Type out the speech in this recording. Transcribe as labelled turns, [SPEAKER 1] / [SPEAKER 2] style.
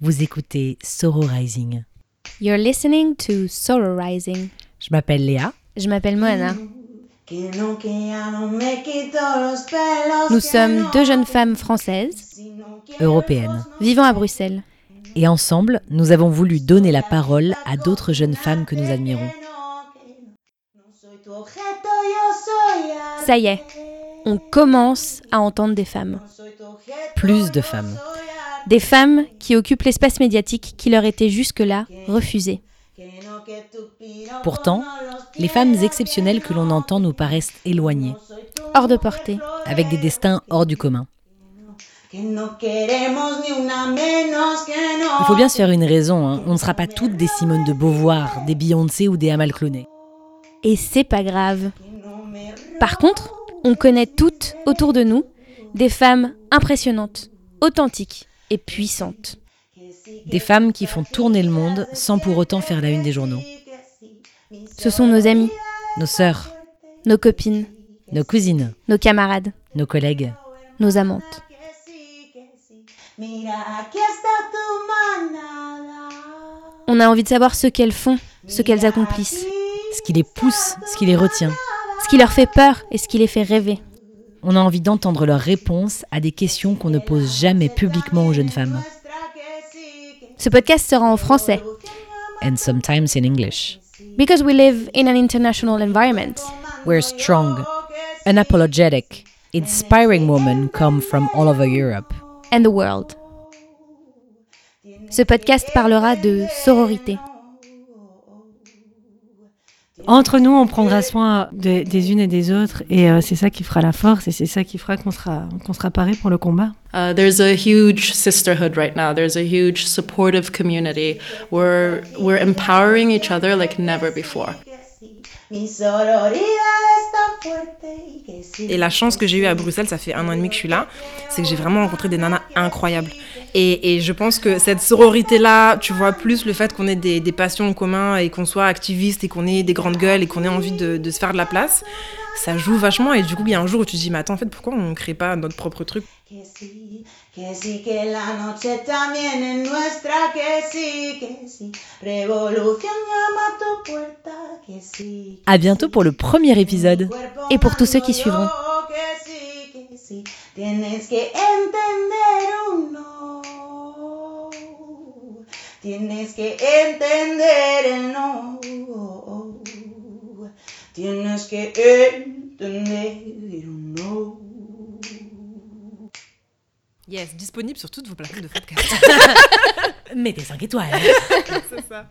[SPEAKER 1] Vous écoutez Sororizing.
[SPEAKER 2] You're listening to Sororizing.
[SPEAKER 1] Je m'appelle Léa.
[SPEAKER 2] Je m'appelle Moana. Nous
[SPEAKER 3] Nous
[SPEAKER 2] sommes deux jeunes femmes françaises
[SPEAKER 1] Européennes.
[SPEAKER 2] vivant à Bruxelles.
[SPEAKER 1] Et ensemble, nous avons voulu donner la parole à d'autres jeunes femmes que nous admirons.
[SPEAKER 2] Ça y est, on commence à entendre des femmes.
[SPEAKER 1] Plus de femmes.
[SPEAKER 2] Des femmes qui occupent l'espace médiatique qui leur était jusque-là refusé.
[SPEAKER 1] Pourtant, les femmes exceptionnelles que l'on entend nous paraissent éloignées,
[SPEAKER 2] Hors de portée.
[SPEAKER 1] avec des destins hors du commun. Il faut bien se faire une raison, hein. on ne sera pas toutes des Simone de Beauvoir, des Beyoncé ou des Amal Clooney.
[SPEAKER 2] Et c'est pas grave. Par contre, on connaît toutes autour de nous des femmes impressionnantes, authentiques et puissantes.
[SPEAKER 1] Des femmes qui font tourner le monde sans pour autant faire la une des journaux.
[SPEAKER 2] Ce sont nos amis,
[SPEAKER 1] Nos sœurs,
[SPEAKER 2] nos copines,
[SPEAKER 1] nos cousines,
[SPEAKER 2] nos camarades,
[SPEAKER 1] nos collègues.
[SPEAKER 2] nos amantes. On a envie de savoir ce qu'elles font, ce qu'elles accomplissent,
[SPEAKER 1] ce qui les pousse, ce qui les retient.
[SPEAKER 2] ce qui leur fait peur et ce qui les fait rêver.
[SPEAKER 1] On a envie d'entendre leurs réponses à des questions qu'on ne pose jamais publiquement aux jeunes femmes.
[SPEAKER 2] Ce podcast sera en français,
[SPEAKER 1] And sometimes in English.
[SPEAKER 2] because we live in an international environment.
[SPEAKER 1] We're strong, unapologetic, inspiring women come from all over Europe.
[SPEAKER 2] and the world. Ce podcast parlera de sororité.
[SPEAKER 4] Entre nous, on prendra soin de- des unes et des autres, et euh, c'est ça qui fera la force, et c'est ça qui fera qu'on sera, qu'on sera paré pour le combat.
[SPEAKER 5] Uh, there's a huge sisterhood right now. There's a huge supportive community. We're we're empowering each other like never before.
[SPEAKER 6] Et la chance que j'ai eue à Bruxelles, ça fait un an et demi que je suis là, c'est que j'ai vraiment rencontré des nanas incroyables. Et, et je pense que cette sororité-là, tu vois, plus le fait qu'on ait des, des passions en commun et qu'on soit activiste et qu'on ait des grandes gueules et qu'on ait envie de, de se faire de la place, ça joue vachement. Et du coup, il y a un jour où tu te dis, mais attends, en fait, pourquoi on ne crée pas notre propre truc
[SPEAKER 3] Que sí, que sí, que la noche también es nuestra, que sí, que sí. Revolución llama a tu puerta, que sí.
[SPEAKER 1] À bientôt pour le premier épisode.
[SPEAKER 3] Cuerpo
[SPEAKER 2] Et pour tous ceux qui
[SPEAKER 3] humano,
[SPEAKER 2] suivront.
[SPEAKER 3] yo, Que sí, que sí. Tienes que entender uno. Tienes que entender el no. Tienes que entender un no.
[SPEAKER 6] Yes, disponible sur toutes vos plateformes de podcast.
[SPEAKER 1] Mettez 5 étoiles.
[SPEAKER 6] c'est ça.